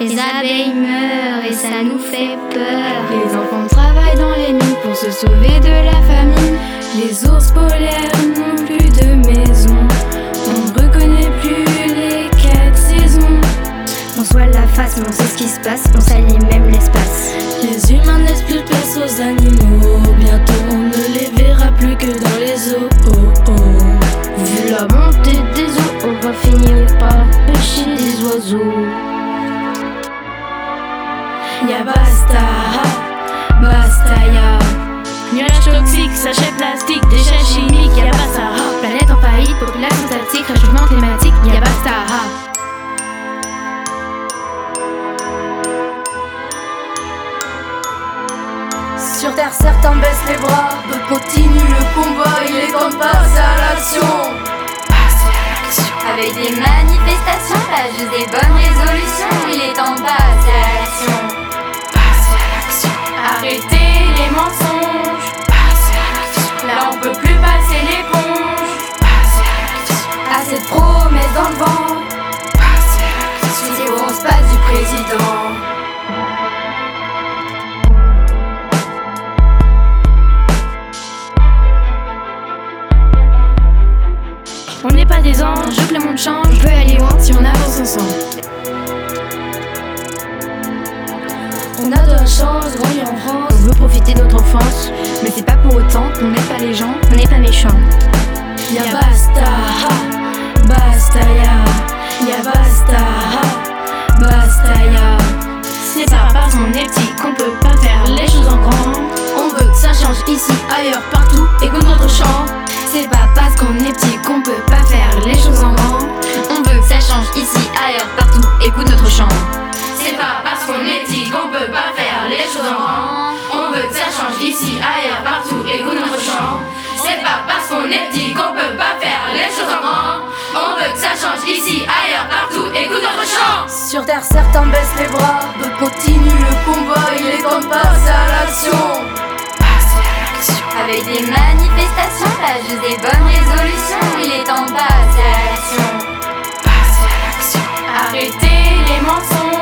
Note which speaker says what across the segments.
Speaker 1: Les abeilles meurent et ça nous fait peur.
Speaker 2: Les enfants travaillent dans les nuits pour se sauver de la famine. Les ours polaires n'ont plus de maison. On ne reconnaît plus les quatre saisons.
Speaker 1: On se voit la face, mais on sait ce qui se passe, on salit même l'espace.
Speaker 2: Les humains laissent plus de place aux animaux. Bientôt on ne les verra plus que dans les eaux. Vu la montée des eaux, on va finir par pêcher des oiseaux. Y'a basta, basta ya. Nuages toxiques, sachets plastiques, déchets chimiques, y'a basta. Planète en faillite, population statique, réchauffement climatique, y'a basta.
Speaker 3: Sur terre, certains baissent les bras, d'autres continuent le combat. Il est temps de passer à l'action. Avec des manifestations, pas juste des bonnes résolutions. Il est temps de passer à l'action. Arrêtez les mensonges. Là, on peut plus passer l'éponge. À cette promesse dans le vent. Si on se passe du président.
Speaker 2: On n'est pas des anges, que le monde change, on peut aller loin si on avance ensemble. On a de la chance, grandi en France, on veut profiter de notre enfance, mais c'est pas pour autant qu'on n'aime pas les gens,
Speaker 1: On n'est pas méchants.
Speaker 2: Y'a basta, ha, basta ya, y'a basta, ha, basta ya. C'est pas parce qu'on est petit qu'on peut pas faire les choses en grand. On veut que ça change ici, ailleurs, partout et qu'on notre champ. C'est pas parce qu'on est petit qu'on peut pas faire les choses en grand. On veut que ça change ici, ailleurs, partout et qu'on notre champ.
Speaker 3: C'est pas parce qu'on est dit qu'on peut pas faire les choses en rang. On veut que ça change ici, ailleurs, partout, et goûte notre champ. C'est pas parce qu'on est dit qu'on peut pas faire les choses en rang. On veut que ça change ici, ailleurs, partout, et goûte notre champ. Sur terre, certains baissent les bras, d'autres continuent le combat. Il est temps de passer à l'action. Avec des manifestations, pas juste des bonnes résolutions. Il est temps de passer à l'action. Arrêtez les mensonges.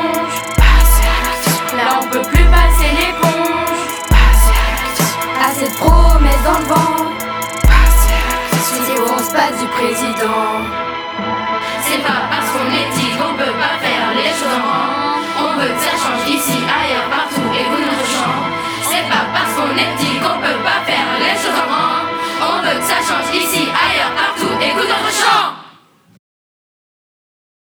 Speaker 3: Là, on peut plus passer l'éponge. À cette promesse dans le vent. Si on se passe du président. C'est pas parce qu'on est dit qu'on peut pas faire les choses en rang. On veut que ça change ici, ailleurs, partout et vous notre champ. C'est pas parce qu'on est dit qu'on peut pas faire les choses en rang. On veut que ça change ici,